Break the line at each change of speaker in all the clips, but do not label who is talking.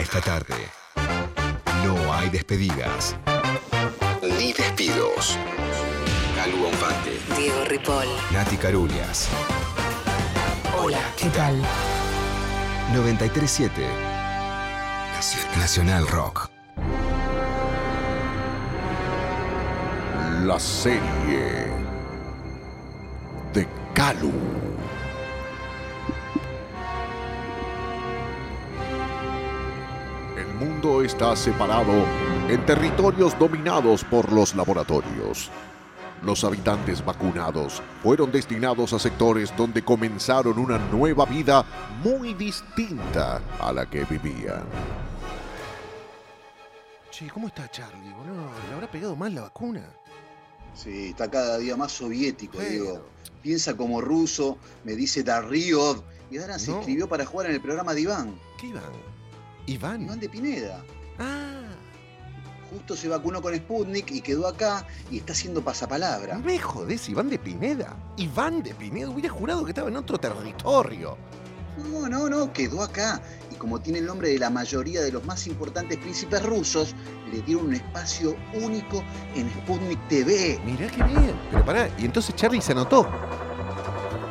esta tarde. No hay despedidas. Ni despidos. Calu Bonfante.
Diego Ripoll.
Nati Carurias.
Hola, ¿qué tal?
937. Nacional Rock.
La serie de Calu. El mundo está separado en territorios dominados por los laboratorios. Los habitantes vacunados fueron destinados a sectores donde comenzaron una nueva vida muy distinta a la que vivían.
Che, ¿cómo está Charlie, boludo? ¿Le habrá pegado mal la vacuna?
Sí, está cada día más soviético, Diego. Piensa como ruso, me dice Darío. Y ahora se
No.
inscribió para jugar en el programa de Iván.
¿Qué Iván?
Mm.
¿Iván?
Iván de Pineda.
Ah,
Justo se vacunó con Sputnik y quedó acá y está haciendo
Mm.
pasapalabra.
me jodés, Iván de Pineda. Iván de Pineda, hubiera jurado que estaba en otro territorio.
No, no, no, quedó acá. Y como tiene el nombre de la mayoría de los más importantes príncipes rusos, le dieron un espacio único en Sputnik TV.
Mirá qué bien. Pero pará, y entonces Charlie se anotó.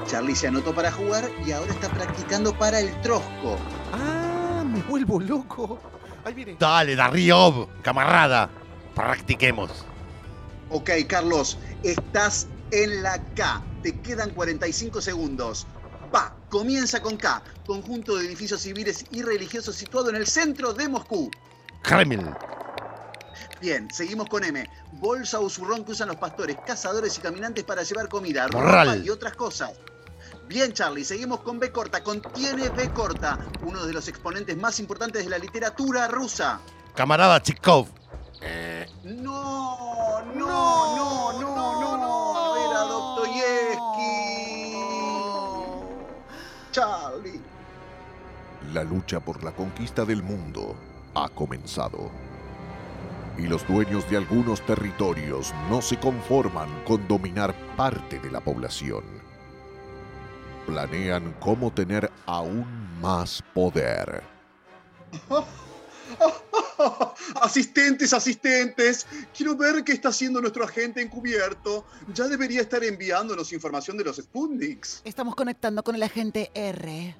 Charlie se anotó para jugar y ahora está practicando para el trosco.
Ah, me vuelvo loco. Ahí viene.
Dale, Darío, camarada. Practiquemos.
Ok, Carlos, estás en la K. Te quedan 45 segundos. Va, comienza con K. Conjunto de edificios civiles y religiosos situado en el centro de Moscú.
Kremlin.
Bien, seguimos con M. Bolsa o zurrón que usan los pastores, cazadores y caminantes para llevar comida, ropa
Morral.
y otras cosas. Bien, Charlie, seguimos con B corta. Contiene B corta, uno de los exponentes más importantes de la literatura rusa.
Camarada Chikov.
No, no, no, no, no, no, era Dostoyevsky. Charlie.
La lucha por la conquista del mundo ha comenzado. Y los dueños de algunos territorios no se conforman con dominar parte de la población. Planean cómo tener aún más poder.
Asistentes, asistentes, quiero ver qué está haciendo nuestro agente encubierto. Ya debería estar enviándonos información de los Sputniks.
Estamos conectando con el agente R.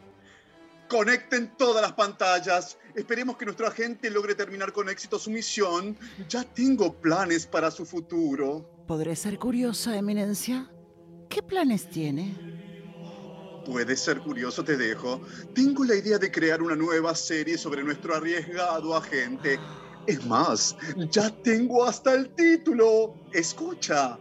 Conecten todas las pantallas. Esperemos que nuestro agente logre terminar con éxito su misión. Ya tengo planes para su futuro.
¿Podré ser curiosa, Eminencia? ¿Qué planes tiene?
Puedes ser curioso, te dejo. Tengo la idea de crear una nueva serie sobre nuestro arriesgado agente. Es más, ya tengo hasta el título. Escucha.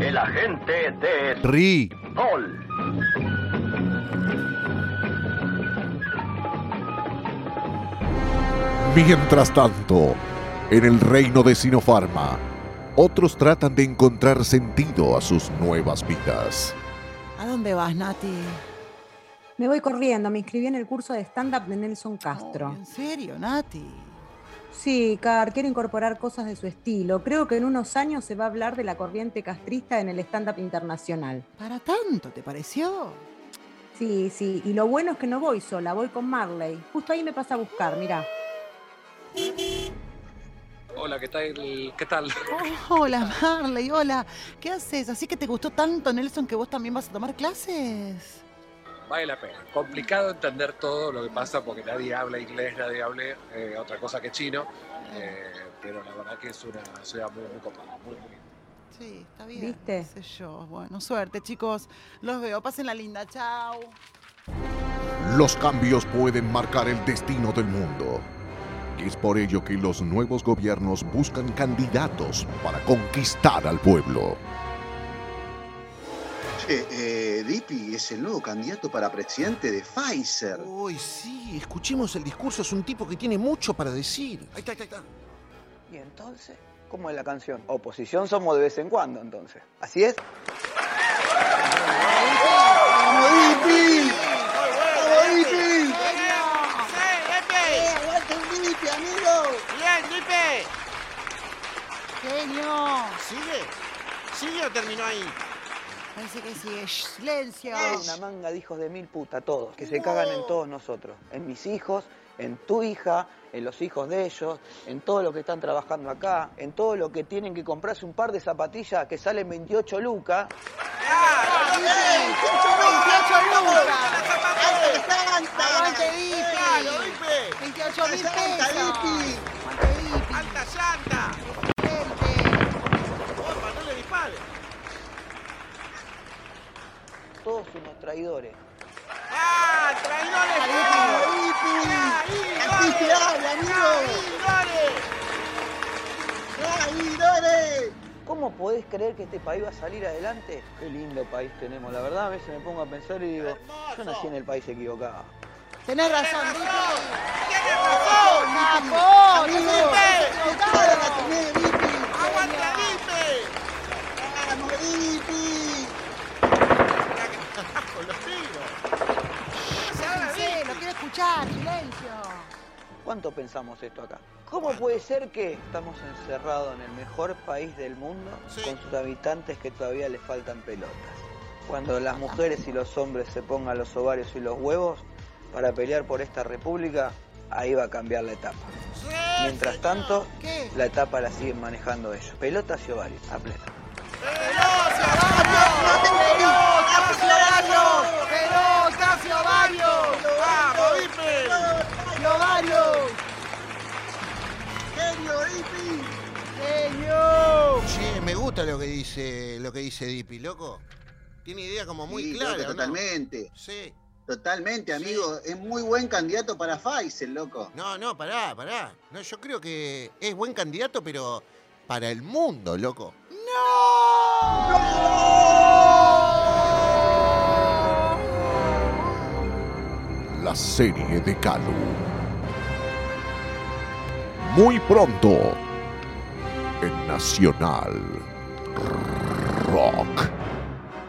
El agente de
Ri.
Sol.
Mientras tanto, en el reino de Sinopharma, otros tratan de encontrar sentido a sus nuevas vidas.
¿A dónde vas, Nati?
Me voy corriendo, me inscribí en el curso de stand-up de Nelson Castro.
No, ¿En serio, Nati?
Sí, Car, quiero incorporar cosas de su estilo. Creo que en unos años se va a hablar de la corriente castrista en el stand-up internacional.
¿Para tanto, te pareció?
Sí, sí, y lo bueno es que no voy sola, voy con Marley. Justo ahí me pasa a buscar, mirá.
Hola, ¿qué tal? ¿Qué tal?
Oh, hola, Marley, hola. ¿Qué haces? ¿Así que te gustó tanto, Nelson, que vos también vas a tomar clases?
Vale la pena. Complicado entender todo lo que pasa porque nadie habla inglés, nadie habla eh, otra cosa que chino, eh, pero la verdad que es una ciudad muy, muy copada, muy, muy linda.
Sí, está bien.
¿Viste?
qué sé yo. Bueno, suerte, chicos. Los veo. Pasen la linda. Chao.
Los cambios pueden marcar el destino del mundo. Y es por ello que los nuevos gobiernos buscan candidatos para conquistar al pueblo.
Che, eh, Dipi es el nuevo candidato para presidente de Pfizer.
Uy, sí, escuchemos el discurso. Es un tipo que tiene mucho para decir. Ahí está, ahí está, ahí está.
Y entonces, ¿cómo es la canción? Oposición somos de vez en cuando, entonces. Así es.
¡Vamos, Dipi! ¡Vamos, Dipi! ¡Aguante un Dipi, amigo!
Genio.
¿Sigue? ¿Sigue o terminó ahí?
Parece que sí. Shh, Silencio.
Una manga de hijos de mil puta, todos, que se cagan en todos nosotros, en mis hijos, en tu hija, en los hijos de ellos, en todo lo que están trabajando acá, en todo lo que tienen que comprarse un par de zapatillas que salen 28 lucas.
¡Aguante, Dipi! 28 mil pesos.
¡Alta llanta! ¡Opa, no le dispare!
Todos unos traidores.
¡Ah, traidores! ¡Traidores! ¡Así se habla,
amigo! ¡Traidores! ¿Cómo podés creer que este país va a salir adelante? Qué lindo país tenemos, la verdad. A veces me pongo a pensar y digo, yo nací en el país equivocado.
Tenés razón, Dipi.
¡Tienes razón!
¡Capó!
¡Amigo! ¡Para la tenés, Vipi! ¡Aguanta, Vipi! ¡Vamos, Vipi! ¡Con los
Sí,
tiros!
lo quiero escuchar. Silencio.
¿Cuánto pensamos esto acá? ¿Cómo puede ser que estamos encerrados en el mejor país del mundo con sus habitantes que todavía les faltan pelotas? Cuando las mujeres y los hombres se pongan los ovarios y los huevos para pelear por esta república, ahí va a cambiar la etapa. Mientras tanto,
¿Qué?
la etapa la siguen manejando ellos. Pelotas y ovarios, a pleno.
¡Pelota, Ciudadano!
¡Pelota, Flovario!
¡Vamos, Vipi!
¡Flovario!
¡Genio, Vipi!
¡Genio!
Che, me gusta lo que dice, lo que dice Dipi, loco. Tiene idea como muy
Sí,
clara.
loco,
¿o no?
totalmente.
Sí.
Totalmente, amigo. Es muy buen candidato para Faisel, loco.
No, no, pará, pará. No, yo creo que es buen candidato, pero para el mundo, loco.
La serie de Calu. Muy pronto en Nacional Rock.